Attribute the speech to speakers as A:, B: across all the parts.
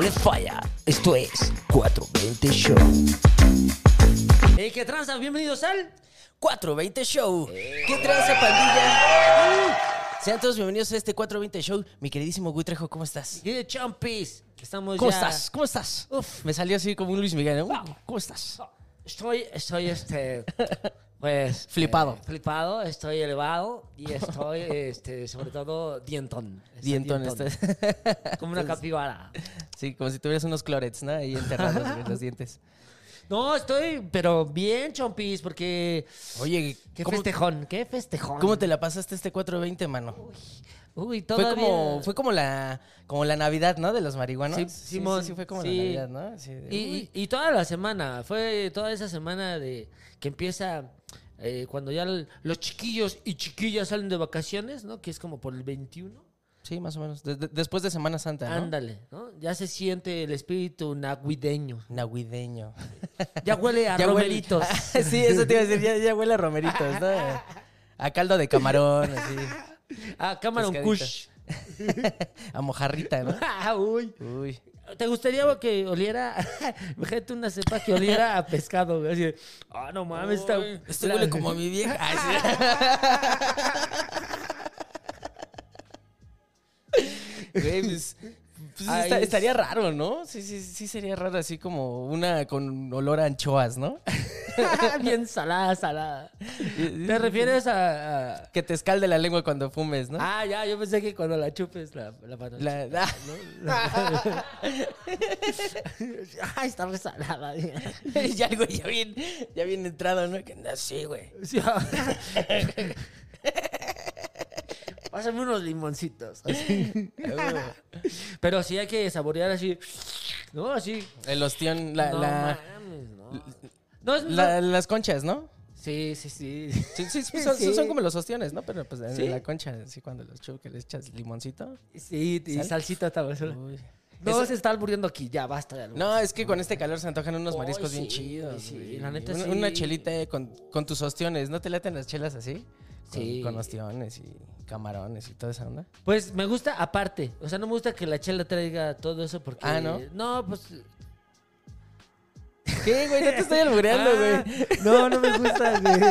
A: les falla. Esto es 420 Show.
B: Hey, Eh, ¿qué tranza? Bienvenidos al...
A: 420 Show. ¿Qué tranza, pandilla? Sean todos bienvenidos a este 420 Show. Mi queridísimo Gui Trejo, ¿cómo estás?
B: ¿Qué de champis? Estamos
A: ¿Cómo
B: ya-
A: estás? ¿Cómo estás? Uf, me salió así como un Luis Miguel. ¿eh? Uh, ¿Cómo estás?
B: Estoy, estoy, este, pues...
A: Flipado.
B: eh, flipado, estoy elevado y estoy, este, sobre todo, dientón. Estoy
A: Dientón, este. estás-
B: Como una capibara.
A: Sí, como si tuvieras unos clorets, ¿no? Ahí enterrados en los dientes.
B: No, estoy, pero bien, chompis, porque...
A: Oye,
B: Qué
A: ¿cómo,
B: festejón, qué festejón.
A: cómo te la pasaste este 420, mano?
B: Uy,
A: Fue
B: todavía...
A: como, fue como la, como la Navidad, ¿no? De los marihuanos.
B: Sí,
A: sí,
B: Simón,
A: sí, sí, fue como
B: sí.
A: la Navidad, ¿no? Sí, de-
B: Y, y- y toda la semana, fue toda esa semana de que empieza eh, cuando ya el- los chiquillos y chiquillas salen de vacaciones, ¿no? Que es como por el 21.
A: Sí, más o menos. De- de- después de Semana Santa, ¿no?
B: Ándale, ¿no? Ya se siente el espíritu navideño.
A: Navideño.
B: Ya huele a
A: Ya huele-
B: romeritos.
A: Ah, sí, eso te iba a decir. Ya, ya huele a romeritos, ¿no? A caldo de camarón, así.
B: A Cameron Kush.
A: Pescadito. A mojarrita, ¿no?
B: Ah, Uy.
A: Uy.
B: ¿Te gustaría que oliera? Imagínate una cepa que oliera a pescado. güey, así de, Ah, no mames. Está...
A: Esto
B: la-
A: este huele como a mi vieja. Ay, sí. Güey, pues, pues,
B: Ay,
A: esta-
B: es-
A: estaría raro, ¿no? Sí, sí, sí sería raro así como una con olor a anchoas, ¿no?
B: Bien salada, salada. ¿Te refieres a- a,
A: Que te escalde la lengua cuando fumes, ¿no?
B: Ah, ya, yo pensé que cuando la chupes la, la panocha.
A: La- ah, la-
B: Ay, está resalada.
A: ya algo ya bien, ya bien entrado, ¿no? Que anda así, güey.
B: Sí, ah. Pásame unos limoncitos. así. Pero sí hay que saborear así. No, así.
A: El ostión, la,
B: no,
A: la-
B: mames, no. No, es-
A: la-
B: no.
A: las conchas, ¿no?
B: Sí, sí, sí.
A: Sí, sí, pues, son,
B: Sí.
A: son como los ostiones, ¿no? Pero pues en
B: Sí.
A: la concha, así cuando los chupas, que le echas limoncito.
B: Sí, y
A: ¿Sal?
B: salsita hasta basura.
A: Uy.
B: No,
A: Eso-
B: se está muriendo aquí, ya, basta de algo.
A: No, es que con este calor se antojan unos
B: Ay,
A: mariscos bien
B: sí,
A: chidos.
B: sí,
A: güey.
B: la neta
A: una,
B: sí.
A: una chelita eh, con, con tus ostiones, ¿no te laten las chelas así? Con-
B: Sí.
A: Con, ostiones y camarones y toda esa onda.
B: Pues me gusta aparte. O sea, no me gusta que la chela traiga todo eso porque.
A: Ah, ¿no?
B: No, pues.
A: ¿Qué, güey? No te estoy albureando,
B: Ah,
A: güey.
B: No, no me gusta, güey.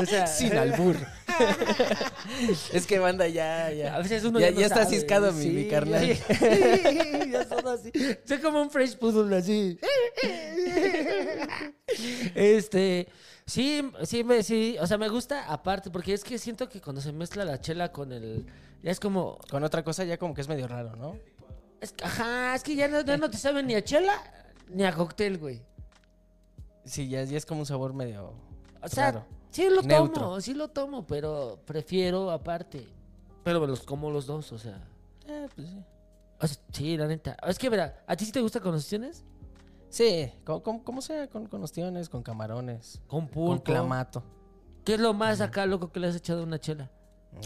B: O sea.
A: Sin albur. es que banda ya, ya.
B: A veces uno
A: ya,
B: ya, no
A: ya está
B: sabe.
A: ciscado mi,
B: Sí,
A: mi carnal.
B: ya- ya todo así. Soy como un fresh poodle así. Este, sí, sí me sí, o sea, me gusta aparte porque es que siento que cuando se mezcla la chela con el ya es como
A: Con otra cosa ya como que es medio raro, ¿no?
B: es que- ajá, es que ya no, ya no te sabe ni a chela ni a cóctel, güey.
A: Sí, ya, ya es como un sabor medio.
B: O sea,
A: raro.
B: sí lo tomo,
A: Neutro.
B: sí lo tomo, pero prefiero aparte. Pero me los como los dos, o sea. Ah,
A: Eh, pues sí.
B: O sea, sí, la neta. Es que, verá, ¿a ti sí te gusta con opciones?
A: Sí, como, como- como sea, con, con ostiones, con camarones,
B: Con
A: con
B: pulpo.
A: clamato.
B: ¿Qué es lo más acá, loco, que le has echado a una chela?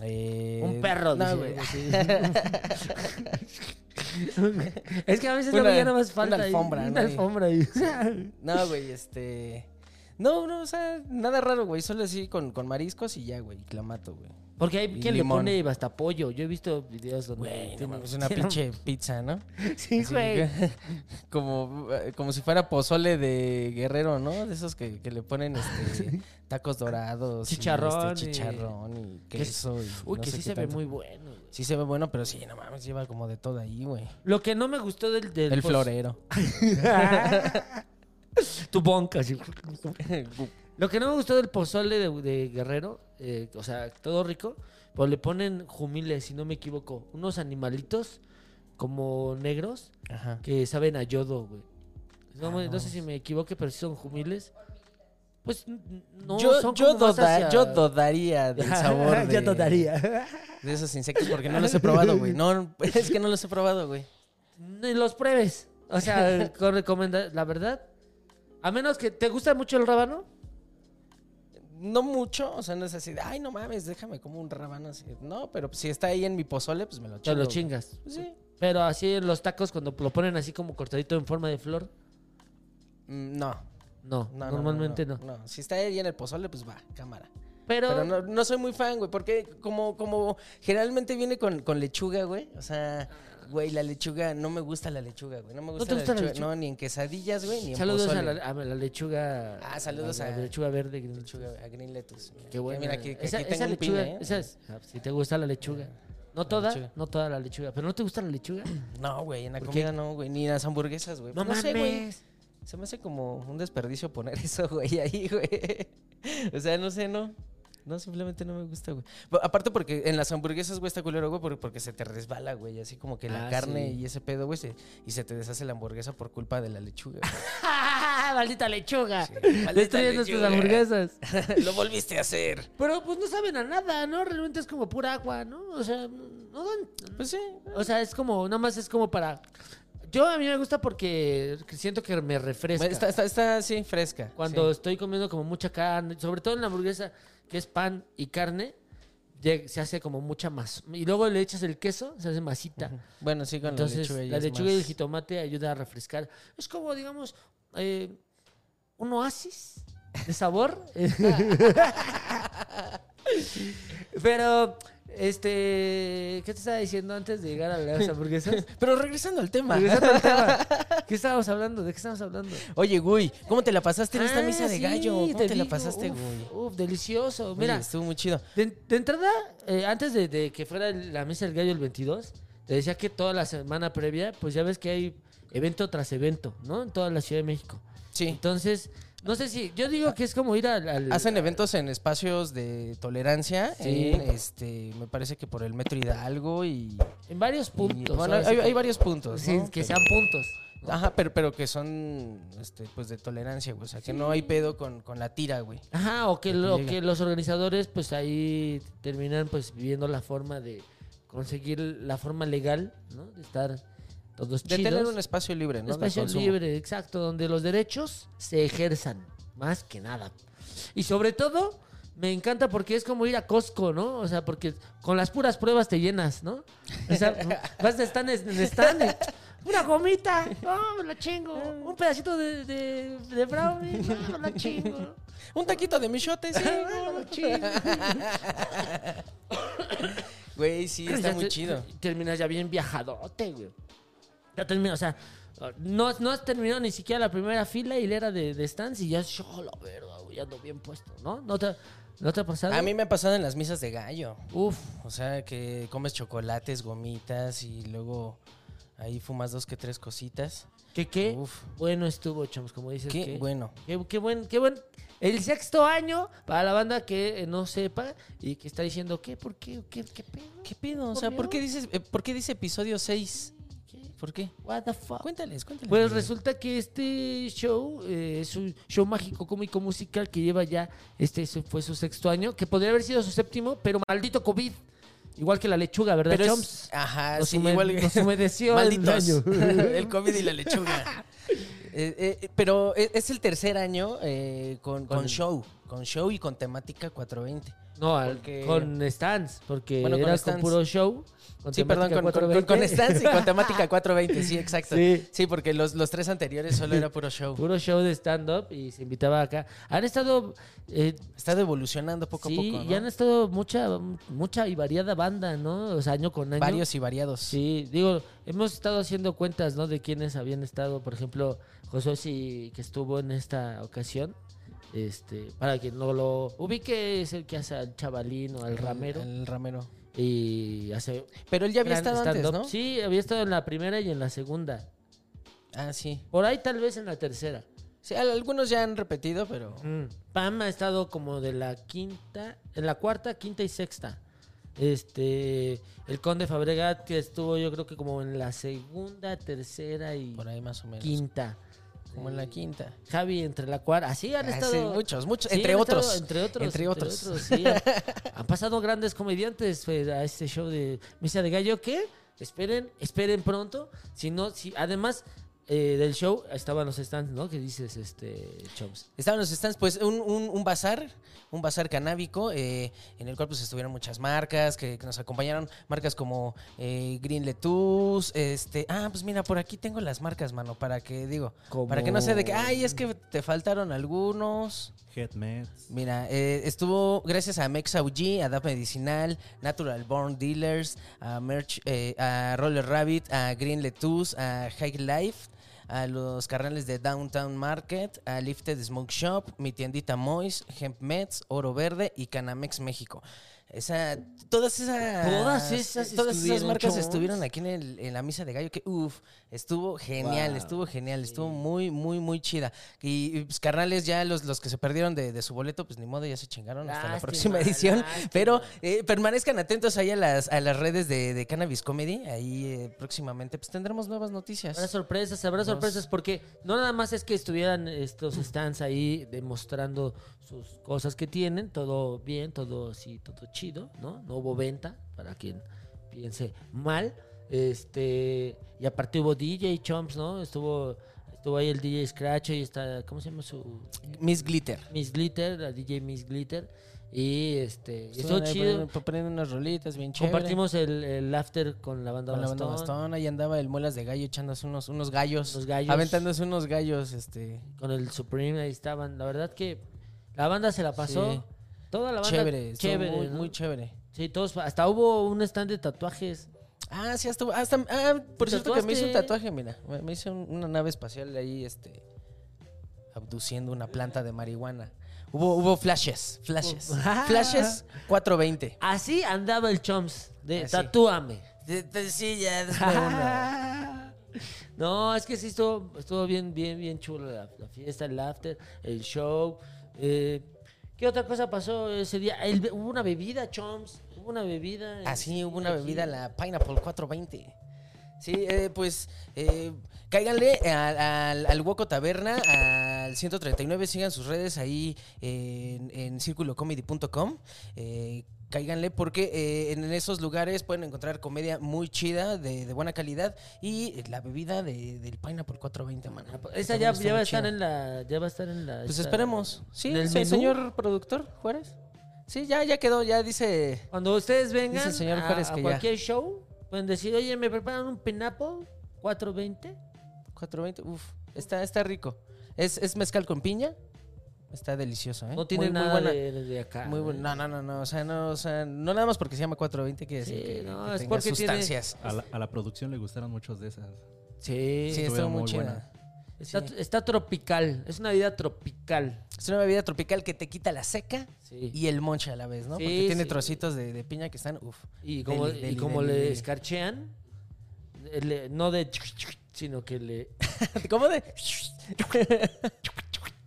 A: Eh,
B: Un perro,
A: no,
B: dice,
A: güey.
B: así. es que a veces
A: Una-
B: no ya nada más
A: una
B: falta. ahí,
A: alfombra,
B: Una
A: ¿no?
B: alfombra ahí.
A: No, güey, este. No, no, o sea, nada raro, güey. Solo así con, con mariscos y ya, güey. y Clamato, güey.
B: Porque hay
A: Y
B: quien le
A: limón.
B: pone hasta pollo. Yo he visto videos donde.
A: Güey, no
B: tiene-
A: mames, una
B: tiene-
A: pinche pizza, ¿no?
B: Sí,
A: Así,
B: güey.
A: como, eh, como si fuera pozole de guerrero, ¿no? De esos que, que le ponen este, tacos dorados. y,
B: Chicharrón
A: este,
B: y-
A: chicharrón y
B: Que-
A: queso. y
B: Uy,
A: no
B: que
A: sé
B: sí
A: qué
B: se ve
A: tanto.
B: muy bueno, güey.
A: Sí se ve bueno, pero sí, no mames, lleva como de todo ahí, güey.
B: Lo que no me gustó del. del pues,
A: El
B: pos-
A: florero.
B: tu bonca. así. Lo que no me gustó del pozole de, de Guerrero, eh, o sea, todo rico, pues le ponen jumiles, si no me equivoco, unos animalitos como negros
A: Ajá.
B: que saben a yodo, güey. No,
A: Ah,
B: me- no
A: no.
B: sé si me equivoque, pero si son jumiles. Pues n- no,
A: yo,
B: son
A: yo,
B: como más
A: duda-
B: hacia-
A: yo dudaría del sabor de,
B: Yo dudaría.
A: de esos insectos porque no los he probado, güey. No, es que no los he probado, güey.
B: Ni los pruebes. O sea, con recomenda- la verdad. A menos que te gusta mucho el rábano.
A: No mucho, o sea, no es así de, ay, no mames, déjame como un rabano así. No, pero si está ahí en mi pozole, pues me lo
B: Te
A: chingo.
B: lo
A: güey.
B: chingas.
A: Pues sí.
B: Pero así en los tacos, cuando lo ponen así como cortadito en forma de flor,
A: Mm, No,
B: no,
A: no, no,
B: normalmente no.
A: no, no. Si está ahí en el pozole, pues va, cámara.
B: Pero,
A: Pero no, no soy muy fan, güey, porque como, como generalmente viene con, con lechuga, güey. O sea, Güey, la lechuga, no me gusta la lechuga, güey. No me gusta,
B: te
A: la,
B: gusta la
A: lechuga.
B: lechuga?
A: No, ni en quesadillas, güey, ni en
B: Saludos a
A: pozole.
B: la, a la lechuga.
A: Ah, saludos
B: la
A: a-
B: lechuga verde. green.
A: lechuga, a Green Lettuce. Mira,
B: Qué buena.
A: Mira, aquí,
B: esa,
A: aquí tengo
B: esa
A: un
B: lechuga,
A: pine, ¿eh?
B: esa es- ah, si te gusta la lechuga. No toda,
A: lechuga.
B: no toda la lechuga. ¿Pero no te gusta la lechuga?
A: No, güey, en la
B: ¿Por
A: comida no, güey. Ni en las hamburguesas, güey. Pues No, sé, güey.
B: mames.
A: Se me hace como un desperdicio poner eso, güey, ahí, güey. O sea, no sé, no. No, simplemente no me gusta, güey. Pero Aparte porque en las hamburguesas, güey, está culero, güey, por- porque se te resbala, güey. Así como que la
B: Ah,
A: carne
B: sí.
A: y ese pedo, güey, se- y se te deshace la hamburguesa por culpa de la lechuga.
B: Ah, ¡Maldita lechuga!
A: Maldita
B: Destruyes nuestras
A: lechuga.
B: hamburguesas.
A: güey. Lo volviste a hacer.
B: Pero pues no saben a nada, ¿no? Realmente es como pura agua, ¿no? O sea, no dan.
A: Pues sí.
B: O sea, es como, nada más es como para. Yo a mí me gusta porque siento que me refresca.
A: Está, está, está, sí, fresca.
B: Cuando
A: sí.
B: estoy comiendo como mucha carne, sobre todo en la hamburguesa, que es pan y carne, lleg- se hace como mucha más. Y luego le echas el queso, se hace masita.
A: Bueno, sí, con
B: Entonces,
A: la lechuga. ya
B: la
A: es
B: lechuga y el
A: más-
B: jitomate ayuda a refrescar. Es como, digamos, eh, un oasis de sabor. Pero, este, ¿qué te estaba diciendo antes de llegar a las hamburguesas?
A: Pero regresando al tema.
B: Regresando al tema. ¿Qué estábamos hablando? ¿De qué estábamos hablando?
A: Oye, güey, ¿cómo te la pasaste en esta
B: Ah,
A: misa de
B: sí,
A: gallo? ¿Cómo te, la
B: digo,
A: pasaste,
B: uf,
A: güey?
B: Uf, delicioso.
A: Mira,
B: Mira,
A: estuvo muy chido.
B: de, de entrada, eh, antes de, de que fuera la misa del gallo el 22, te decía que toda la semana previa, pues ya ves que hay evento tras evento, ¿no? En toda la Ciudad de México.
A: Sí.
B: Entonces, no sé si, yo digo que es como ir al... al-
A: Hacen eventos en espacios de tolerancia.
B: Sí.
A: en, este, me parece que por el Metro Hidalgo y.
B: en varios
A: y-
B: puntos.
A: bueno,
B: ahora
A: hay,
B: sí
A: hay
B: que-
A: varios puntos.
B: sí,
A: ¿no?
B: que
A: Pero-
B: sean puntos. ¿no?
A: Ajá, pero, pero que son este, pues de tolerancia, güey. O sea, que no hay pedo con, con la tira, güey.
B: Ajá, o que,
A: que
B: lo,
A: llegue.
B: que los organizadores pues ahí terminan pues viendo la forma de conseguir la forma legal, ¿no? De estar todos
A: De
B: chidos.
A: tener un espacio libre, ¿no?
B: Un
A: De
B: espacio
A: consumo.
B: libre, exacto, donde los derechos se ejerzan, más que nada. Y sobre todo, me encanta porque es como ir a Costco, ¿no? O sea, porque con las puras pruebas te llenas, ¿no? O sea, vas de stand en stand y, una gomita, no, me la chingo. Un pedacito de, de, de brownie, no, me la chingo.
A: Un taquito de michote, sí.
B: No, me la chingo.
A: Güey, sí, está
B: Ya
A: muy
B: te-
A: chido.
B: Terminas ya bien viajadote, güey. Ya terminas, o sea, no, no has terminado ni siquiera la primera fila hilera de, de stands y ya es, "Oh, la verdad, güey, ya ando bien puesto, ¿no? ¿No te, no te ha pasado?
A: A mí me ha pasado en las misas de gallo.
B: Uf,
A: O sea, que comes chocolates, gomitas y luego ahí fumas dos que tres cositas.
B: ¿qué qué?
A: Uf.
B: Bueno estuvo, chamos, como dices.
A: Qué
B: que-
A: bueno.
B: Qué, qué buen, qué buen. El sexto año, para la banda que eh, no sepa y que está diciendo, ¿qué? ¿Por qué? ¿Qué, qué pedo?
A: ¿Qué pedo? O sea, ¿por qué, dices, eh, ¿por qué dice episodio 6?
B: ¿Qué?
A: ¿Por qué?
B: What the
A: Ah,
B: fuck?
A: Cuéntales, cuéntales.
B: Pues resulta que este show eh, es un show mágico cómico musical que lleva ya, este se- fue su sexto año, que podría haber sido su séptimo, pero maldito COVID. Igual que la lechuga, ¿verdad,
A: Pero es-
B: Chomps?
A: ajá,
B: Nos
A: sí,
B: hume-
A: igual que-
B: nos humedeció el
A: Malditos.
B: año.
A: el COVID y la lechuga. Eh, eh, pero e- es el tercer año eh, con, con
B: Con-
A: show. Con show y con temática 420.
B: No, al-
A: Porque-
B: con stands, porque
A: Bueno, con
B: era con,
A: stands.
B: puro show. con
A: Sí, perdón,
B: temática
A: con, con, con,
B: 420.
A: con stands y con temática 420. Sí, exacto. Sí,
B: Sí.
A: porque los, los tres anteriores solo era puro show.
B: Puro show de stand-up y se invitaba acá. Han estado eh,
A: Ha estado evolucionando poco
B: sí, este
A: a poco. ¿no?
B: y han estado mucha, mucha y variada banda, ¿no? O sea, año con año.
A: Varios y variados.
B: Sí, digo, hemos estado haciendo cuentas, ¿no? De quienes habían estado, por ejemplo, José sí, que estuvo en esta ocasión. Este, para que no lo ubique, es el que hace al chavalín o al ramero.
A: El ramero.
B: Y hace.
A: Pero él ya había
B: gran
A: estado antes,
B: stand-up.
A: ¿no?
B: Sí, había estado en la primera y en la segunda.
A: Ah, sí.
B: Por ahí tal vez en la tercera.
A: Sí, al- algunos ya han repetido, pero.
B: Pam ha estado como de la quinta, en la cuarta, quinta y sexta. Este, el conde Fabregat que estuvo yo creo que como en la segunda, tercera y
A: Por ahí más o menos.
B: quinta.
A: Como en la quinta.
B: Javi entre la cuarta, así han
A: Ah,
B: estado.
A: sí, muchos, muchos.
B: Sí,
A: entre,
B: han
A: otros,
B: estado- entre otros.
A: Entre otros.
B: sí. han, han pasado grandes comediantes pues, a este show de Misa de Gallo que esperen, esperen pronto. Si no, si, además, eh, del show estaban los stands, ¿no? Que dices, este, Chomps.
A: Estaban los stands, pues un, un- un bazar, un bazar canábico, eh, en el cual pues estuvieron muchas marcas que, que nos acompañaron, marcas como eh, Green Lettuce, este, ah, pues mira, por aquí tengo las marcas, mano, para que digo, para que no sea de que,
B: Como-
A: ay, es que te faltaron algunos.
C: Headmeds.
A: Mira, eh, estuvo gracias a Mexa UG, a DAP Medicinal, Natural Born Dealers, a Merch, eh, a Roller Rabbit, a Green Lettuce, a High Life, a los carnales de Downtown Market, a Lifted Smoke Shop, Mi Tiendita Mois, Hemp Meds, Oro Verde y Canamex México. Esa, todas esas,
B: Todas esas
A: todas esas
B: estuvieron,
A: marcas
B: chavos.
A: estuvieron aquí en, el- en la misa de gallo que uff, estuvo genial,
B: Wow.
A: estuvo genial, estuvo muy, muy, muy chida. Y, y, pues carnales, ya los, los que se perdieron de, de su boleto, pues ni modo, ya se chingaron hasta la
B: Lástima,
A: próxima edición.
B: lástima.
A: Pero eh, permanezcan atentos ahí a las, a las redes de, de Cannabis Comedy. Ahí eh, próximamente pues tendremos nuevas noticias.
B: Habrá sorpresas, habrá
A: Los-
B: sorpresas porque no nada más es que estuvieran estos stands ahí demostrando sus cosas que tienen, todo bien, todo así, todo chido, ¿no? No hubo venta, para quien piense mal. Este, y aparte hubo DJ Chomps, ¿no? Estuvo estuvo ahí el DJ Scratch y está ¿cómo se llama su
A: Miss Glitter.
B: Miss Glitter, la DJ Miss Glitter y este, y estuvo
A: Estuvieron ahí
B: chido.
A: poniendo- poniendo unas rolitas bien chévere.
B: Compartimos el, el after con la banda
A: Con la banda
B: Bastón,
A: Bastón, ahí andaba el Muelas de Gallo echándose unos, unos gallos,
B: Los gallos.
A: Aventándose unos gallos, este.
B: con el Supreme ahí estaban. La verdad que la banda se la pasó.
A: Sí.
B: Toda la banda
A: Chévere, estuvo muy,
B: ¿no?
A: muy chévere.
B: Sí, todos, hasta hubo un stand de tatuajes.
A: Ah, sí, hasta. hasta- ah, por
B: ¿Te
A: cierto que me hice un
B: tatuaste?
A: tatuaje, mira. Me, me hice un- una nave espacial ahí, este. Abduciendo una planta de marihuana. Hubo, hubo flashes, flashes.
B: Ah.
A: Flashes 420.
B: Así andaba el Choms de
A: Así.
B: tatúame.
A: De- de- Sí, ya después una-
B: no, es que sí estuvo, estuvo bien, bien, bien chulo la, la fiesta, el after, el show. Eh, ¿Qué otra cosa pasó ese día? El be- hubo una bebida, Choms. Hubo una bebida.
A: Así Ah, hubo una
B: aquí.
A: bebida, la Pineapple 420. Sí, eh, pues eh, cáiganle al, al, al Huoco Taberna, al 139, sigan sus redes ahí en, en circulocomedy.com. Eh, cáiganle porque eh, en esos lugares pueden encontrar comedia muy chida, de, de buena calidad y la bebida de, del Pineapple 420, mano.
B: Ah, pues, Esa
A: También
B: ya,
A: está
B: ya
A: muy
B: va a estar
A: chida.
B: en la. Ya va a estar en la.
A: Pues
B: esta-
A: esperemos. Sí,
B: ¿En el
A: sí,
B: menú?
A: señor productor Juárez. Sí, ya, ya quedó, ya dice...
B: Cuando ustedes vengan
A: Dice el señor
B: a,
A: Juárez
B: a
A: que ya.
B: cualquier show, pueden decir, oye, me preparan un pinapo 420.
A: Eh, 420, uf, está, está rico. Es, es mezcal con piña. Está delicioso, ¿eh?
B: No tiene
A: Muy- muy
B: nada
A: buena-
B: de, de acá.
A: Muy
B: ¿eh?
A: bueno. No, no, no, no. O sea, no, o sea, no nada más porque se llama 420 quiere decir
B: Sí,
A: que,
B: no,
A: que
B: es
A: tenga
B: porque tiene-
A: sustancias.
C: A la, a la producción le gustaron muchos de esas.
B: Sí,
A: Sí,
C: estuvo
A: está muy
C: muy
A: chida.
C: buena.
B: Está,
A: sí.
B: está tropical. Es una vida tropical.
A: Es una bebida tropical que te quita la seca
B: Sí. Y,
A: y el monche a la vez, ¿no?
B: Sí,
A: porque tiene
B: sí.
A: trocitos de, de piña que están, uf.
B: como,
A: deli,
B: y
A: deli,
B: como
A: deli,
B: le
A: deli.
B: escarchean, eh, le- no de... Sino que le...
A: ¿Cómo de?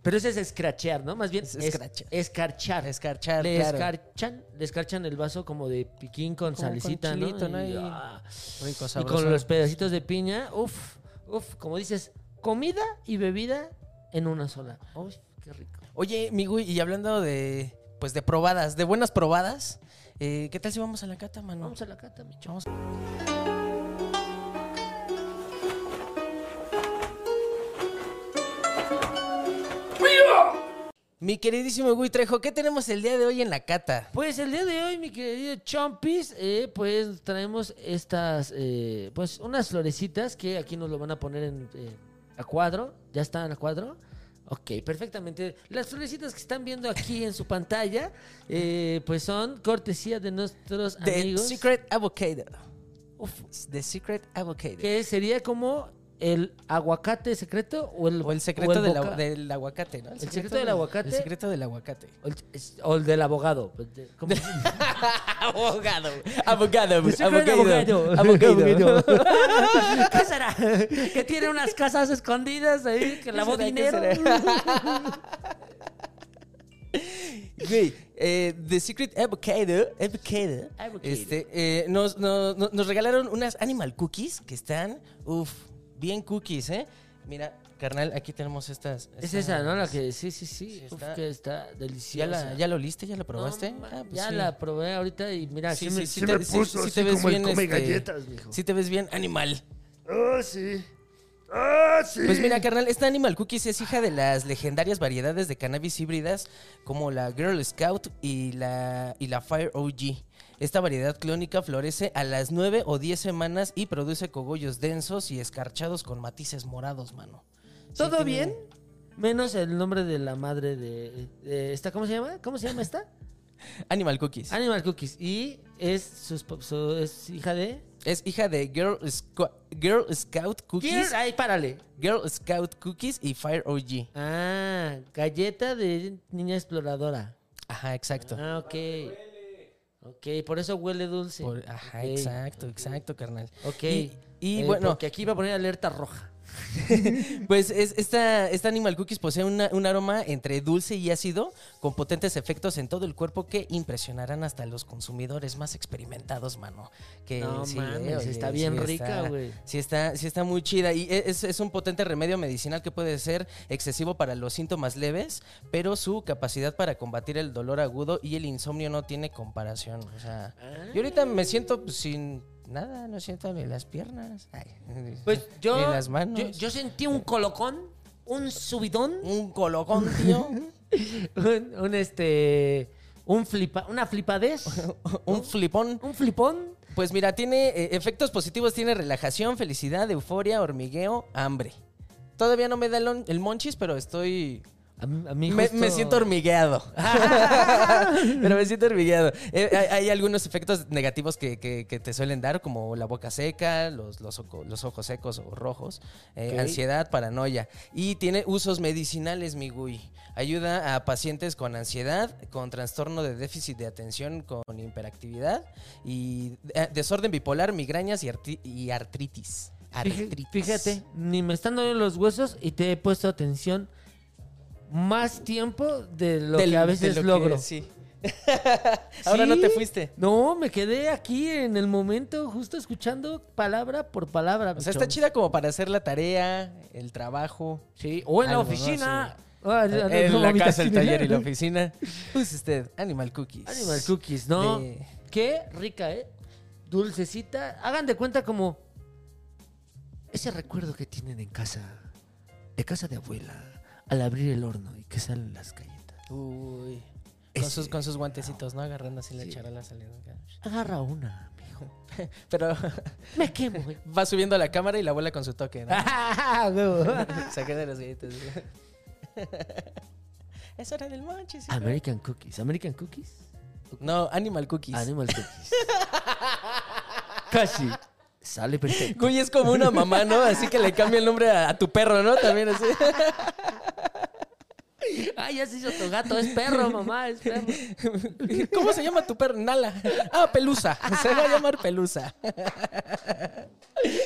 B: Pero ese es escrachear, ¿no? Más bien
A: Es
B: es-
A: escrachar.
B: escarchar.
A: Escarchar,
B: le,
A: claro.
B: escarchan, le escarchan el vaso como de piquín con
A: Como con
B: salicita, ¿no?
A: chilito, ¿no?
B: Y,
A: Ahí.
B: ah,
A: Rico,
B: Y
A: sabroso.
B: con los pedacitos de piña, uff, uff, como dices, comida y bebida en una sola. Uff, qué rico.
A: Oye, mi güey, y hablando de, pues, de probadas, de buenas probadas, eh, ¿qué tal si vamos a la cata, mano?
B: Vamos a la cata, mi chavo.
A: Mi queridísimo Gui Trejo, ¿qué tenemos el día de hoy en la cata?
B: Pues el día de hoy, mi querido Chompis, eh, pues traemos estas, eh, pues unas florecitas que aquí nos lo van a poner en, eh, a cuadro. ¿Ya están a cuadro? Ok, perfectamente. Las florecitas que están viendo aquí en su pantalla, eh, pues son cortesía de nuestros
A: The
B: amigos.
A: Secret Avocado.
B: Uf,
A: The Secret Avocado.
B: Que sería como el aguacate secreto o el,
A: O el secreto del,
B: boca-
A: agu- del aguacate, ¿no?
B: El secreto del aguacate.
A: El secreto del aguacate.
B: o, el, es- o el del abogado. Pues, ¿Cómo se dice?
A: Abogado. Abogado.
B: El secreto del
A: Abogado.
B: abogado.
A: Abogado.
B: ¿Qué será? Que tiene unas casas escondidas ahí, que lavó
A: será? ¿Qué
B: dinero.
A: Güey, eh, The Secret Avocado, avocado,
B: Avocado.
A: Este, eh, nos, nos- nos- nos regalaron unas Animal Cookies que están, uff, bien cookies, ¿eh? Mira, carnal, aquí tenemos estas.
B: Es
A: estas-
B: esa, ¿no? La que sí, sí, sí.
A: Sí,
B: Uf,
A: está-
B: que está
A: ¿Ya
B: deliciosa.
A: la, ¿Ya lo oliste? ¿Ya la
B: No,
A: probaste?
B: ma-
A: Ah, pues
B: ya
A: sí.
B: la probé ahorita y mira,
A: Sí,
B: sí, me-
A: sí, sí,
B: sí
A: te,
B: me
A: sí-
B: puso
A: sí
B: así
A: te ves
B: como el
A: bien,
B: come
A: este,
B: galletas, mijo.
A: sí te ves bien animal.
B: Ah, sí.
A: Pues mira, carnal, esta Animal Cookies es hija de las legendarias variedades de cannabis híbridas como la Girl Scout y la, y la Fire OG. Esta variedad clónica florece a las 9 o 10 semanas y produce cogollos densos y escarchados con matices morados, mano. Sí,
B: ¿Todo
A: tiene-
B: bien? Menos el nombre de la madre de, de esta, ¿cómo se llama? ¿Cómo se llama esta?
A: Animal Cookies.
B: Animal Cookies. Y es, sus pap- su- es hija de...
A: es hija de Girl, Squa- Girl Scout Cookies,
B: Gear- Ay, párale.
A: Girl Scout Cookies y Fire OG.
B: Ah, galleta de niña exploradora.
A: Ajá, exacto.
B: Ah, ok. Ok, por eso huele dulce.
A: Por- ajá,
B: Ok,
A: exacto, exacto, carnal.
B: Ok.
A: Y- y
B: Eh,
A: bueno-
B: Porque aquí va a poner alerta roja.
A: Pues es- esta, esta Animal Cookies posee una- un aroma entre dulce y ácido, con potentes efectos en todo el cuerpo que impresionarán hasta los consumidores más experimentados, mano. Que,
B: No
A: sí,
B: mames,
A: eh, oye,
B: está
A: sí
B: bien
A: está-
B: rica, güey.
A: Sí está, sí está muy chida y e, es, es un potente remedio medicinal que puede ser excesivo para los síntomas leves, pero su capacidad para combatir el dolor agudo y el insomnio no tiene comparación. O sea,
B: Ah.
A: yo ahorita me siento pues, sin nada, no siento ni las piernas, ay,
B: Pues yo,
A: ni las manos.
B: yo, yo sentí un colocón, un subidón,
A: Un colocón, tío.
B: un, un, este, un flipa, una flipadez,
A: un flipón.
B: un flipón.
A: Pues mira, tiene eh, efectos positivos, tiene relajación, felicidad, euforia, hormigueo, hambre. Todavía no me da el, on- el monchis, pero estoy...
B: A, mí- a mí
A: Me,
B: justo-
A: me siento hormigueado. pero me siento hormigueado. Eh, hay, hay algunos efectos negativos que, que- que te suelen dar, como la boca seca, los, los, oco- los ojos secos o rojos, eh,
B: Ok.
A: ansiedad, paranoia. Y tiene usos medicinales, mi gui. Ayuda a pacientes con ansiedad, con trastorno de déficit de atención, con hiperactividad y eh, desorden bipolar, migrañas y, arti- y artritis.
B: Fíjate,
A: Artritis.
B: fíjate, ni me están doliendo los huesos y te he puesto atención más tiempo de lo
A: Del-
B: que a veces
A: de lo que-
B: logro.
A: sí. Ahora no
B: ¿Sí?
A: te fuiste.
B: No, me quedé aquí en el momento, justo escuchando palabra por palabra.
A: O sea,
B: pichón.
A: está chida como para hacer la tarea, el trabajo.
B: Sí, o en la
A: Algo, ¿no?
B: oficina.
A: Sí. Eh,
B: Ah, no, no,
A: En
B: como
A: la
B: mi
A: casa, el
B: oficina.
A: taller y la oficina. Use usted Animal Cookies.
B: Animal Cookies, ¿no?
A: De-
B: Qué rica, ¿eh? Dulcecita. Hagan de cuenta como ese recuerdo que tienen en casa, de casa de abuela, al abrir el horno y que salen las galletas.
A: Uy. Con
B: Ese.
A: sus, con sus guantecitos, ¿no? Agarrando así la
B: Sí.
A: charola saliendo. acá.
B: Agarra una, mijo.
A: Pero
B: Me quemo, ¿eh?
A: va subiendo a la cámara y la abuela con su toque, ¿no?
B: Ah, huevo.
A: Sacando los galletas. es hora del monche, sí.
B: American Cookies. American Cookies.
A: No, Animal Cookies.
B: Animal Cookies. Casi. Sale perfecto.
A: Güey, es como una mamá, ¿no? Así que le cambia el nombre a, a tu perro, ¿no? También así.
B: Ay, ya se hizo tu gato. Es perro, mamá, es perro.
A: ¿Cómo se llama tu perro? Nala. Ah, Pelusa. Se va a llamar Pelusa.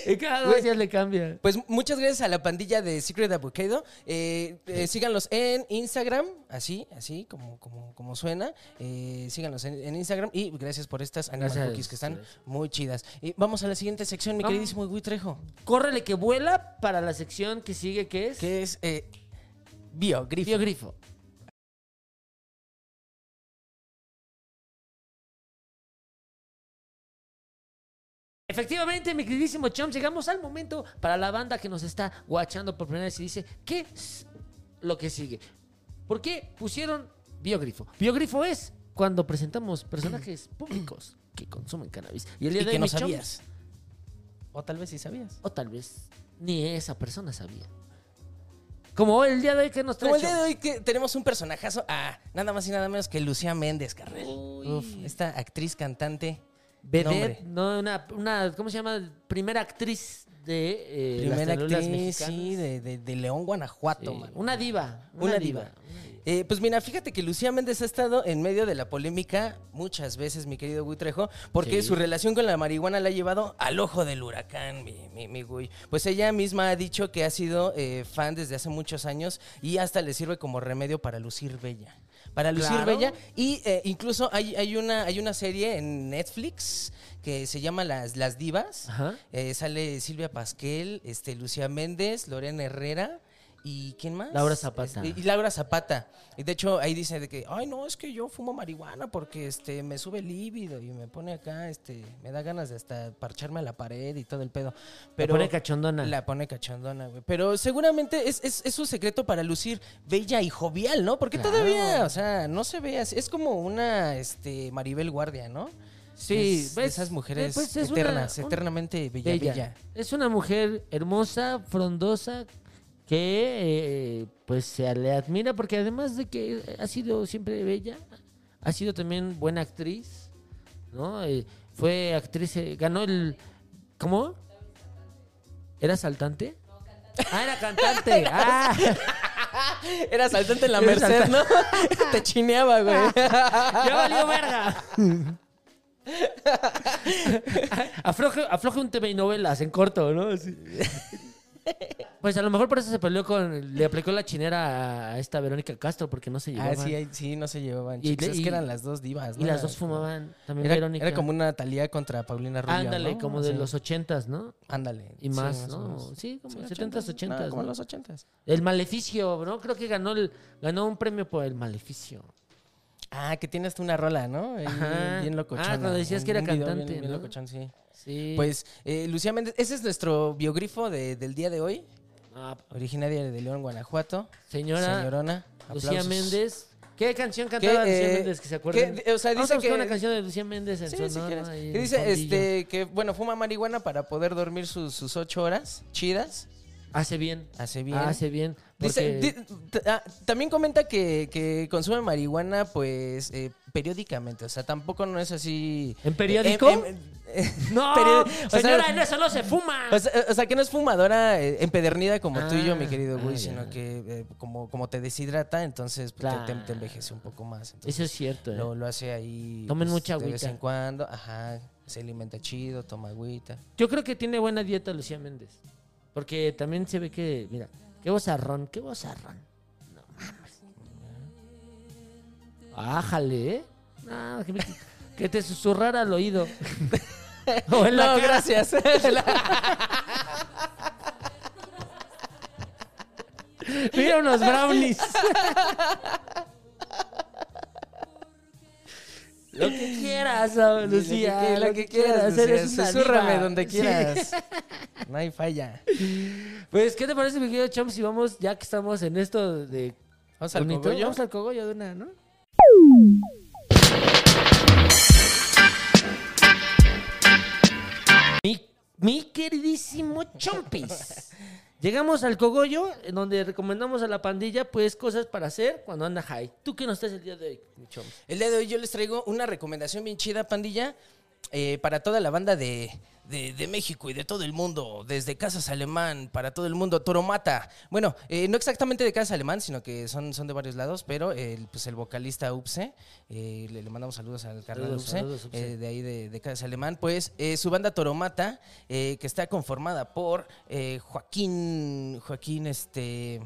B: Y cada
A: Güey.
B: dos días le cambia.
A: Pues muchas gracias a la pandilla de Secret Avocado. Eh, eh, síganlos en Instagram, así, así, como, como, como suena. Eh, síganlos en, en Instagram y gracias por estas Animal
B: Gracias,
A: Cookies que están
B: gracias.
A: muy chidas. Y vamos a la siguiente sección, mi
B: Vamos.
A: queridísimo Gui Trejo,
B: Córrele que vuela para la sección que sigue, que es
A: que es eh, Biogrifo.
B: biogrifo. Efectivamente, mi queridísimo Chomps, llegamos al momento para la banda que nos está guachando por primera vez y dice, ¿qué es lo que sigue? ¿Por qué pusieron biogrifo? Biogrifo es cuando presentamos personajes públicos que consumen cannabis. Y el día
A: Y
B: de
A: que
B: hoy,
A: no
B: mi Chomps,
A: sabías. O tal vez sí sabías.
B: O tal vez ni esa persona sabía. Como el día de hoy que nos trae.
A: Como el día de hoy que tenemos un personajazo, ah, nada más y nada menos que Lucía Méndez, carnal.
B: Uy.
A: Uf, esta actriz cantante.
B: Vedette,
A: nombre.
B: no, una, una, ¿cómo se llama? Primera actriz de eh,
A: Primera
B: las telenovelas
A: actriz,
B: mexicanas.
A: sí, de, de- de León, Guanajuato,
B: Sí,
A: mano.
B: Una diva. Una,
A: Una
B: diva.
A: diva. Eh, pues mira, fíjate que Lucía Méndez ha estado en medio de la polémica muchas veces, mi querido Gui Trejo, porque
B: Sí.
A: su relación con la marihuana la ha llevado al ojo del huracán, mi, mi, mi Gui. Pues ella misma ha dicho que ha sido eh, fan desde hace muchos años y hasta le sirve como remedio para lucir bella. Para lucir
B: Claro.
A: bella. Y eh, incluso hay, hay, una, hay una serie en Netflix que se llama Las, Las Divas.
B: Ajá.
A: Eh, sale Silvia Pasquel, este, Lucía Méndez, Lorena Herrera ¿Y quién más?
B: Laura Zapata.
A: Este, y Laura Zapata. Y de hecho ahí dice de que, ay, no, es que yo fumo marihuana porque este me sube el líbido y me pone acá, este, me da ganas de hasta parcharme a la pared y todo el pedo. Pero
B: Pero pone cachondona.
A: la pone cachondona, güey. Pero seguramente es, es, es un secreto para lucir bella y jovial, ¿no? Porque
B: Claro.
A: todavía, o sea, no se ve así. Es como una este, Maribel Guardia, ¿no?
B: Sí,
A: Es de
B: ves,
A: esas mujeres
B: eh, pues es una-
A: eternas,
B: un-
A: eternamente bella,
B: bella.
A: bella.
B: Es una mujer hermosa, frondosa, que eh, pues se le admira porque además de que ha sido siempre bella, ha sido también buena actriz, ¿no? Eh, fue actriz, eh, ganó el... ¿Cómo? ¿Era asaltante? Ah, era cantante. Ah,
A: Era saltante en la
B: Era
A: merced, ¿no? Te chineaba, güey.
B: ya valió verga. afloje, afloje un TV y novelas en corto, ¿no? Así. Pues a lo mejor por eso se peleó con. Le aplicó la chinera a esta Verónica Castro porque no se
A: Ah,
B: llevaban.
A: sí, ahí- sí, no se llevaban.
B: Y
A: chicos.
B: le-
A: es
B: y-
A: que eran las dos divas, ¿no?
B: y las
A: Era
B: dos fumaban también
A: Era,
B: Verónica.
A: era como una Talía contra Paulina Rubio.
B: Ándale,
A: ¿no?
B: como de
A: Sí.
B: los ochentas, ¿no?
A: Ándale. sí,
B: Y más,
A: o
B: ¿no?
A: menos.
B: Sí, como
A: Sí,
B: setentas,
A: no,
B: ochentas.
A: Como
B: ¿no?
A: los ochentas.
B: El maleficio, ¿no? Creo que ganó el, ganó un premio por el maleficio.
A: Ah, que tienes tú una rola, ¿no? Ahí,
B: Ajá.
A: Bien locochona.
B: Ah, cuando decías
A: Un-
B: que era
A: un video
B: cantante,
A: Bien, bien
B: ¿no?
A: locochón, sí.
B: Sí.
A: Pues, eh, Lucía Méndez, ese es nuestro biogrifo de- del día de hoy.
B: Ah,
A: Originaria de León, Guanajuato.
B: señora,
A: Señorona.
B: Lucía
A: aplausos.
B: Méndez. ¿Qué canción
A: Que,
B: cantaba Lucía
A: eh,
B: Méndez que se acuerdan?
A: que, eh, o sea,
B: Vamos a
A: dice
B: buscar
A: que.
B: una canción de Lucía Méndez en
A: Sí, si
B: Sonora.
A: quieres.
B: ahí
A: Que
B: en
A: dice
B: Fondillo.
A: este, que, bueno, fuma marihuana para poder dormir sus, sus ocho horas chidas.
B: Hace bien.
A: Hace bien.
B: Ah, Hace bien.
A: ah, Dice,
B: porque-
A: di- t- ah, también comenta que, que consume marihuana, pues, eh, periódicamente. O sea, tampoco no es así.
B: ¿En periódico?
A: Em- em- eh,
B: ¡No!
A: period- o sea-
B: señora, en eso no se fuma.
A: o, sea, eh, o sea, que no es fumadora eh, empedernida como tú y yo, mi
B: Ah,
A: querido güey,
B: ah,
A: sino
B: ya.
A: que eh, como, como te deshidrata, entonces pues, te- te,
B: Claro.
A: te envejece un poco más. Entonces,
B: eso es cierto. ¿eh?
A: lo, lo hace ahí. pues,
B: Tomen mucha
A: De vez
B: agüita.
A: en cuando, ajá. Se alimenta chido, toma agüita.
B: Yo creo que tiene buena dieta Lucía Méndez. Porque también se ve que, mira, qué bozarrón, qué bozarrón. No mames. Ájale, ¿eh? No, que, me- que te susurrara al oído. o en la
A: no,
B: cara.
A: gracias.
B: Mira unos brownies. Lo que quieras, oh, Lucía.
A: lo que quieras,
B: hacer
A: Lucía,
B: es una
A: susúrrame
B: diva.
A: donde
B: Sí.
A: quieras. No hay falla.
B: Pues, ¿qué te parece, mi querido Chomps? Si vamos, ya que estamos en esto de.
A: Vamos al
B: bonito,
A: cogollo.
B: Vamos al cogollo de una, ¿no? Mi, mi queridísimo Chompis. Llegamos al cogollo, en donde recomendamos a la pandilla, pues, cosas para hacer cuando anda high. ¿Tú qué nos traes el día de hoy, mi Chomps?
A: El día de hoy yo les traigo una recomendación bien chida, pandilla, eh, para toda la banda de, de- de México y de todo el mundo, desde Casas Alemán, para todo el mundo, Toromata. Bueno, eh, no exactamente de Casas Alemán, sino que son, son de varios lados, pero eh, el, pues el vocalista Upse, eh, le, le mandamos saludos al carnal
B: Saludos,
A: Upse,
B: saludos, Upse.
A: eh, de ahí de, de Casas Alemán, pues eh, su banda Toromata, eh, que está conformada por eh, Joaquín, Joaquín, este...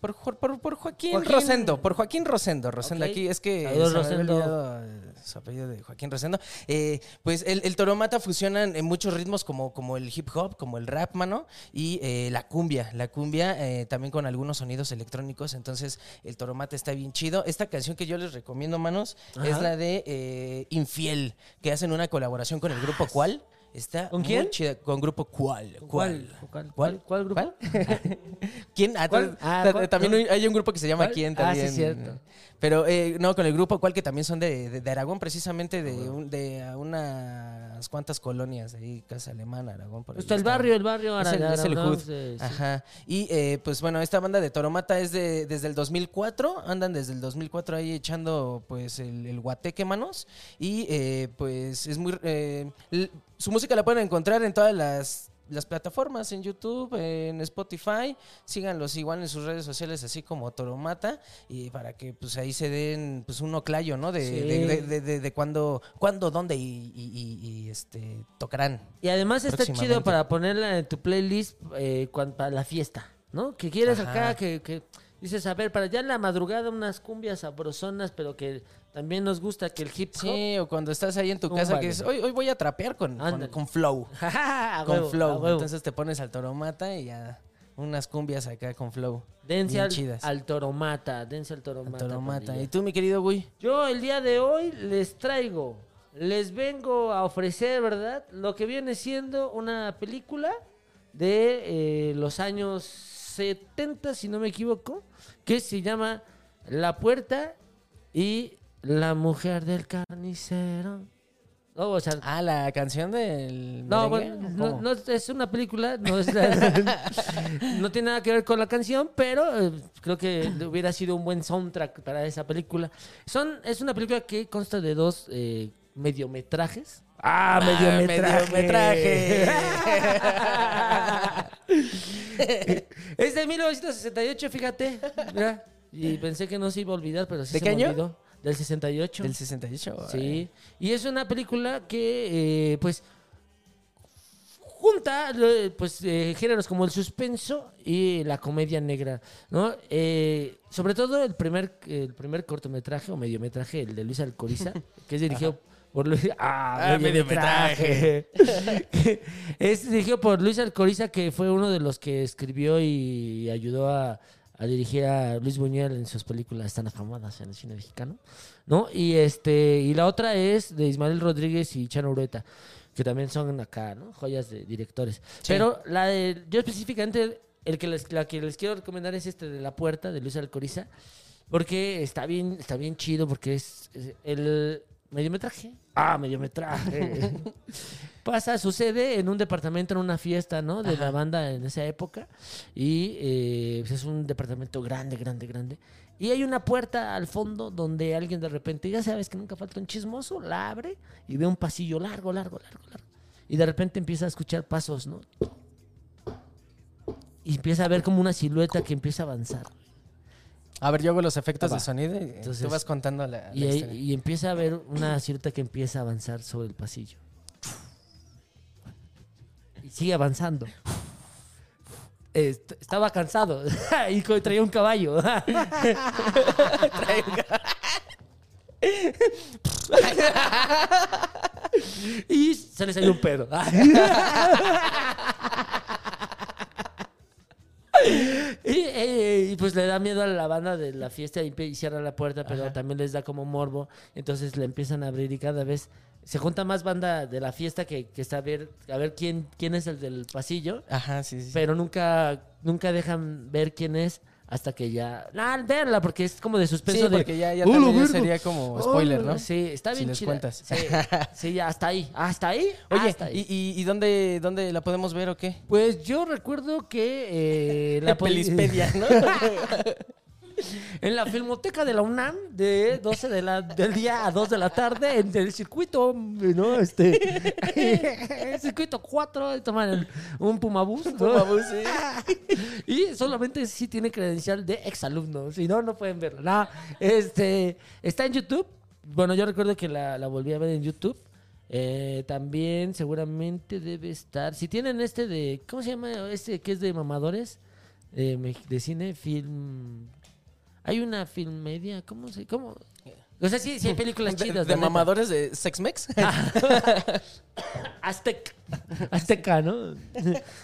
A: Por, Jo- por- por Joaquín,
B: Joaquín-
A: Rosendo, por Joaquín Rosendo, Rosendo
B: Ok.
A: aquí, es que
B: Saludos,
A: se me había
B: Rosendo.
A: olvidado, eh, su apellido de Joaquín Rosendo. Eh, pues el, el toromata fusionan en muchos ritmos como, como el hip hop, como el rap, mano, y eh, la cumbia. La cumbia eh, también con algunos sonidos electrónicos. Entonces el toromata está bien chido. Esta canción que yo les recomiendo, manos,
B: Ajá.
A: es la de eh, Infiel, que hacen una colaboración con el grupo Cual. Está
B: Ah, ¿Con
A: muy
B: quién?
A: chida. Con grupo Cual. ¿Cuál?
B: ¿Cuál?
A: ¿Cuál?
B: ¿Cuál grupo?
A: ¿Quién? Ah,
B: ¿Cuál?
A: ta-
B: Ah,
A: ta-
B: ¿cuál?
A: También hay- hay un grupo que se llama
B: ¿Cuál?
A: ¿Quién?
B: Ah, sí,
A: También.
B: cierto.
A: Pero eh, no, con el grupo cual que también son de, de- de Aragón, precisamente
B: Ah,
A: de, un- de a unas cuantas colonias ahí, Casa Alemana, Aragón. Por ahí
B: Está Pues, el
A: está.
B: barrio, el barrio.
A: Es el-
B: Aragón,
A: es el hood.
B: sí, sí.
A: Ajá. Y eh, pues bueno, esta banda de Toromata es de, desde el 2004. Andan desde el 2004 ahí echando pues el, el guateque manos. Y eh, pues es muy... eh, l- su música la pueden encontrar en todas las, las plataformas, en YouTube, en Spotify. Síganlos igual en sus redes sociales así como Toromata. Y para que pues ahí se den pues un oclayo, ¿no? De,
B: Sí.
A: de, de- de- de- de cuándo, cuándo, dónde y, y- y- y, este, tocarán.
B: Y además está chido
A: Próximamente.
B: para ponerla en tu playlist eh, cuan- para la fiesta, ¿no? Que quieres
A: Ajá.
B: acá, que, que dices, a ver, para ya en la madrugada unas cumbias sabrosonas, pero que también nos gusta que el hip hop.
A: Sí, o cuando estás ahí en tu
B: Un
A: casa
B: baile.
A: que dices, hoy, hoy voy a trapear con, con,
B: Ándale.
A: con flow.
B: Jajaja, a
A: Con
B: huevo, a
A: flow.
B: huevo.
A: Entonces te pones al toromata y ya unas cumbias acá con flow.
B: Dense
A: Bien
B: al,
A: chidas.
B: al toromata, dense al toromata.
A: Toromata.
B: pandilla.
A: ¿Y tú, mi querido güey?
B: Yo el día de hoy les traigo, les vengo a ofrecer, ¿verdad? Lo que viene siendo una película de eh, los años 70, si no me equivoco, que se llama La Puerta y La Mujer del Carnicero. No, o sea,
A: Ah, la canción del.
B: no,
A: merengue?
B: bueno,
A: ¿O
B: no,
A: cómo?
B: no es- es una película, no, es- no tiene nada que ver con la canción, pero eh, creo que le hubiera sido un buen soundtrack para esa película. Son, es una película que consta de dos eh, mediometrajes. Ah,
A: mediometraje.
B: es de 1968, fíjate. Mira, y pensé que no se iba a olvidar, pero sí
A: ¿De
B: se
A: qué
B: me
A: año?
B: olvidó. Del 68.
A: Del 68.
B: Sí, y es una película que, eh, pues, junta eh, pues, eh, géneros como el suspenso y la comedia negra, ¿no? Eh, sobre todo el primer, el primer cortometraje o mediometraje, el de Luis Alcoriza, que es dirigido por Luis... ¡Ah,
A: Ah,
B: mediometraje! es dirigido por Luis Alcoriza, que fue uno de los que escribió y ayudó a, a dirigir a Luis Buñuel en sus películas tan afamadas en el cine mexicano, ¿no? Y, este, y la otra es de Ismael Rodríguez y Chano Urueta que también son acá, ¿no? Joyas de directores. Pero la de, yo específicamente, el que les, la que les quiero recomendar es este de La Puerta, de Luis Alcoriza, porque está bien, está bien chido, porque es, es el mediometraje. Ah, mediometraje. Pasa, sucede en un departamento, en una fiesta, ¿no? De la banda en esa época. Y eh, pues es un departamento grande, grande, grande. Y hay una puerta al fondo donde alguien de repente, ya sabes que nunca falta un chismoso, la abre y ve un pasillo largo, largo, largo, largo. Y de repente empieza a escuchar pasos, ¿no? Y empieza a ver como una silueta que empieza a avanzar.
A: A ver, yo hago los efectos
B: Ah, va.
A: de sonido y
B: Entonces-
A: tú vas contando la, la
B: Y, ahí-
A: historia.
B: y empieza a ver una silueta que empieza a avanzar sobre el pasillo. Y sigue avanzando. Est- estaba cansado y co- traía un caballo. y se le salió un pedo. Y, eh, y, pues le da miedo a la banda de la fiesta y, empe- y cierra la puerta, pero también les da como morbo. Entonces le empiezan a abrir y cada vez se junta más banda de la fiesta que, que está a ver, a ver quién, quién es el del pasillo.
A: Ajá, sí, sí.
B: Pero nunca, nunca dejan ver quién es hasta que ya. No, verla, porque es como de
A: sí,
B: suspenso de.
A: porque ya, ya
B: ¡Oh, la
A: también ya
B: verga!
A: sería como spoiler, ¿no?
B: Sí, está
A: Si
B: bien
A: les
B: chida.
A: cuentas.
B: Sí, sí, ya, hasta ahí. Hasta ahí.
A: Oye,
B: hasta ahí.
A: ¿y, y, y dónde, dónde la podemos ver o qué?
B: Pues yo recuerdo que eh, la poli-
A: Pelispedia, ¿no?
B: en la filmoteca de la UNAM de 12 de la- del día a 2 de la tarde en el circuito, ¿no? Este el circuito 4 toman un pumabús, ¿no?
A: Vamos, sí.
B: Y solamente si tiene credencial de exalumno. Si no, no pueden verlo. No, este, está en YouTube. Bueno, yo recuerdo que la, la volví a ver en YouTube. Eh, también seguramente debe estar. Si tienen este de. ¿Cómo se llama? Este que es de mamadores. eh, me- de cine, film. Hay una film media. ¿Cómo se.? ¿Cómo? O sea, sí, sí hay películas
A: De,
B: chidas.
A: de
B: la neta.
A: mamadores de Sex Mex.
B: Azteca. Azteca, ¿no?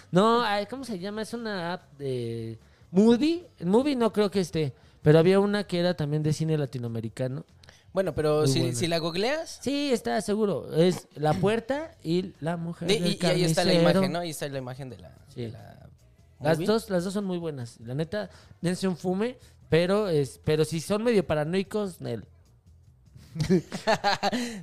B: No, ay, ¿cómo se llama? Es una app de. Movie. Movie no creo que esté. Pero había una que era también de cine latinoamericano.
A: Bueno, pero
B: Muy
A: si,
B: buena.
A: si la googleas.
B: Sí, está seguro. Es La Puerta y La Mujer.
A: y,
B: del
A: y- y ahí está la
B: Carnicero.
A: imagen, ¿no? Ahí está la imagen de la.
B: Sí.
A: de la
B: Las
A: movie.
B: dos, las dos son muy buenas. La neta, dense un fume. Pero, es, pero si son medio paranoicos, Nel.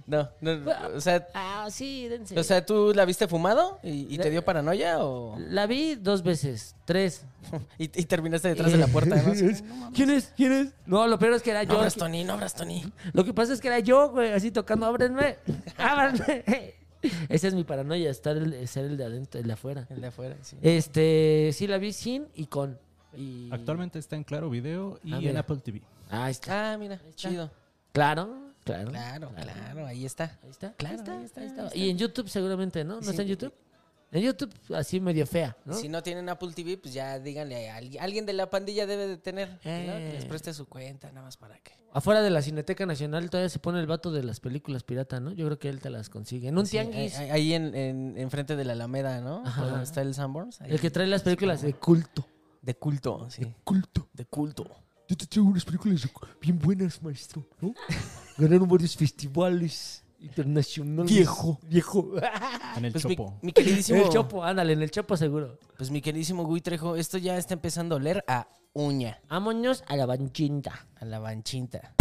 A: No, no, no, o sea,
B: Ah, sí, dense.
A: o sea, ¿tú la viste fumado y, y te dio paranoia o.?
B: la vi dos veces, tres.
A: Y, y terminaste detrás de la puerta, ¿no? Así, no mames.
B: ¿Quién es? ¿Quién es? No, lo peor es que era
A: No
B: yo.
A: abras, Tony, no abras, Tony.
B: Lo que pasa es que era yo, güey, así tocando, ábrenme, ábranme. Esa es mi paranoia, estar el, ser el de adentro, el de afuera.
A: El de afuera, sí.
B: Este, sí la vi sin y con. Y...
C: Actualmente está en Claro Video y
B: Ah,
C: en
B: mira.
C: Apple TV.
B: Ahí está.
A: Ah, mira,
B: está.
A: chido.
B: Claro, claro.
A: Claro, claro, ahí está.
B: Ahí está.
A: Claro,
B: ahí está,
A: ahí está,
B: ahí está.
A: ahí está.
B: Y en YouTube seguramente, ¿no? ¿No
A: Sí.
B: está en YouTube? En YouTube así medio fea, ¿no?
A: Si no tienen Apple TV, pues ya díganle a alguien. Alguien de la pandilla debe de tener. ¿no?
B: Eh.
A: Que les preste su cuenta, nada más para que.
B: Afuera de la Cineteca Nacional todavía se pone el vato de las películas pirata, ¿no? Yo creo que él te las consigue. En un
A: Pues Sí, ahí,
B: tianguis,
A: ahí en, en, enfrente de la Alameda, ¿no?
B: Ajá.
A: Por Donde está el Sanborns. ahí.
B: el que trae las películas de culto.
A: De culto, sí.
B: Culto.
A: De culto.
B: Yo te traigo unas películas bien buenas, maestro. ¿no? Ganaron varios festivales internacionales.
A: Viejo.
B: Viejo. Ah.
C: En el
A: Pues mi,
C: chopo.
A: mi
B: En
A: queridísimo.
B: el Chopo, ándale, en el Chopo seguro.
A: Pues mi queridísimo Gui Trejo, esto ya está empezando a oler a uña,
B: Vámonos a la banchinta.
A: a la banchinta.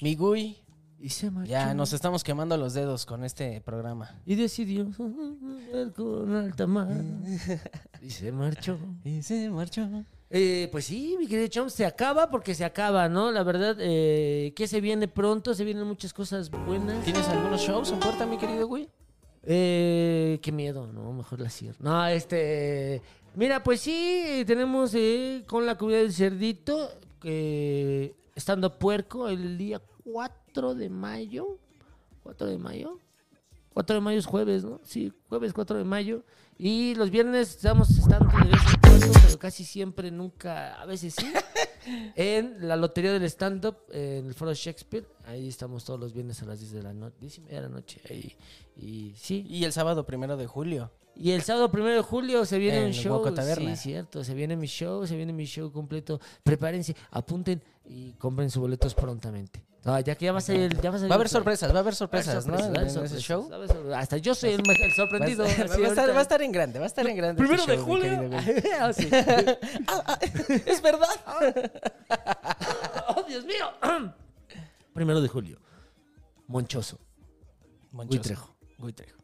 A: Mi Gui,
B: Y se marchó.
A: ya nos estamos quemando los dedos con este programa.
B: Y decidió ver con alta mar. Y se marchó.
A: Y se marchó.
B: Eh, pues sí, mi querido Chom, se acaba porque se acaba, ¿no? La verdad, eh, que se viene pronto, se vienen muchas cosas buenas.
A: ¿Tienes algunos shows en puerta, mi querido Gui?
B: Eh, qué miedo, ¿no? Mejor la cierro. No, este. Mira, pues sí, tenemos eh, con la comida del cerdito, que estando puerco el día 4 de mayo. 4 de mayo. 4 de mayo es jueves, ¿no? Sí, jueves 4 de mayo. Y los viernes estamos estando de vez en cuando, pero casi siempre, nunca, a veces sí. En la Lotería del Stand-Up, en el Foro Shakespeare. Ahí estamos todos los viernes a las 10 de la noche, 10 y media de la noche. Ahí. Y sí.
A: Y el sábado primero de julio.
B: Y el sábado primero de julio se viene
A: En
B: un show.
A: Hueco Taberna.
B: Sí, cierto. Se viene mi show, se viene mi show completo. Prepárense, apunten y compren sus boletos prontamente. Ah, ya que ya va a salir. el- Ya va a, salir
A: Va a haber
B: el show.
A: sorpresas, va a haber
B: Va a haber
A: sorpresas, ¿no?
B: sorpresas,
A: En
B: va a haber
A: en ese
B: sorpresas,
A: show.
B: va a haber sorpresas. Hasta yo soy el, me- el sorprendido.
A: Va a,
B: así
A: estar, va a estar-
B: ahorita.
A: va a estar en grande, va a estar en grande.
B: Primero
A: este
B: de
A: show, mi
B: julio.
A: querido Gui.
B: Ah, sí.
A: Es verdad.
B: Oh, Dios mío. Primero de julio. Monchoso. Gui Trejo.
A: Gui Trejo.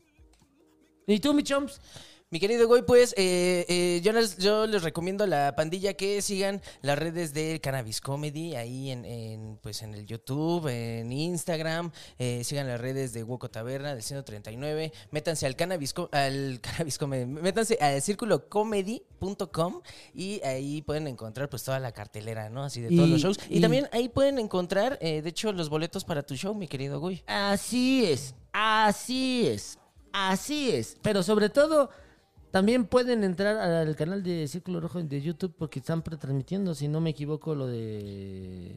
B: ¿Y tú, mi chomps?
A: Mi querido Goy, pues eh, eh, yo, les, yo les recomiendo a la pandilla que sigan las redes de Cannabis Comedy ahí en, en, pues en el YouTube, en Instagram, eh, sigan las redes de Hueco Taberna del 139, métanse al Cannabis, Co- al cannabis Comedy, métanse al circulocomedy.com y ahí pueden encontrar pues toda la cartelera, ¿no? Así de todos
B: Y-
A: los shows. Y,
B: y-
A: también ahí pueden encontrar, eh, de hecho, los boletos para tu show, mi querido Goy.
B: Así es, así es, así es. Pero sobre todo, también pueden entrar al canal de Círculo Rojo de YouTube porque están pretransmitiendo, si no me equivoco, lo de...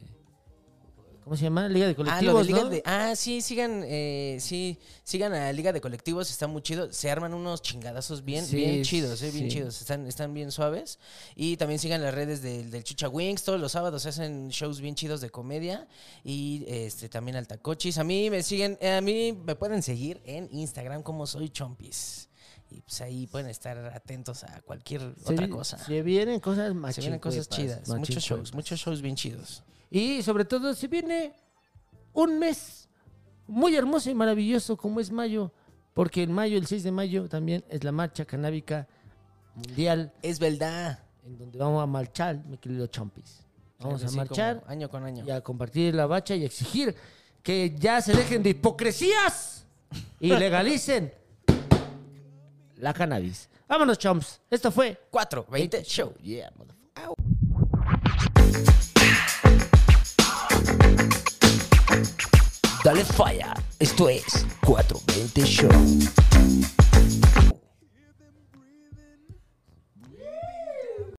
B: ¿Cómo se llama? Liga de
A: Ah,
B: Colectivos,
A: lo de Liga
B: ¿no?
A: de- ah, sí, sigan, eh, sí, sigan a Liga de Colectivos, está muy chido. Se arman unos chingadazos bien,
B: Sí,
A: bien chidos, eh, bien
B: sí.
A: chidos. Están, están bien suaves. Y también sigan las redes del, del Chucha Wings. Todos los sábados hacen shows bien chidos de comedia. Y este también al Tacochis. A mí me siguen, eh, a mí me pueden seguir en Instagram como soy Chompis. Y pues ahí pueden estar atentos a cualquier
B: Se
A: otra
B: vi-
A: cosa.
B: Se vienen cosas más
A: Se vienen cosas chidas, muchos shows, muchos shows bien chidos.
B: Y sobre todo, se viene un mes muy hermoso y maravilloso como es mayo, porque en mayo, el 6 de mayo, también es la marcha canábica mundial.
A: Es verdad.
B: en donde vamos a marchar, mi querido Chompis. Vamos a
A: Así como
B: marchar
A: año con año.
B: y a compartir la bacha y a exigir que ya se dejen de hipocresías y legalicen la cannabis. Vámonos, Chomps. Esto fue
A: 420 Show.
B: Yeah, motherfucker.
D: Dale falla. Esto es 420 Show.